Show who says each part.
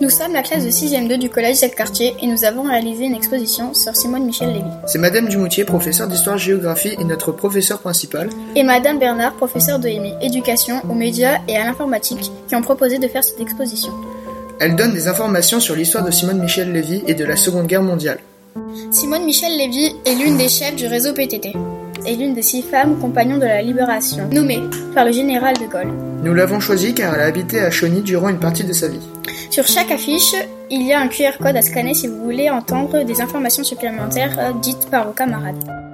Speaker 1: Nous sommes la classe de 6e 2 du collège Jacques Cartier et nous avons réalisé une exposition sur Simone Michel Lévy.
Speaker 2: C'est Madame Dumoutier, professeure d'histoire-géographie et notre professeur principal.
Speaker 1: Et Madame Bernard, professeure de MI éducation, aux médias et à l'informatique, qui ont proposé de faire cette exposition.
Speaker 2: Elle donne des informations sur l'histoire de Simone Michel Lévy et de la Seconde Guerre mondiale.
Speaker 1: Simone Michel Lévy est l'une des chefs du réseau PTT et l'une des six femmes compagnons de la Libération, nommée par le général de Gaulle.
Speaker 2: Nous l'avons choisie car elle a habité à Chauny durant une partie de sa vie.
Speaker 1: Sur chaque affiche, il y a un QR code à scanner si vous voulez entendre des informations supplémentaires dites euh, par vos camarades.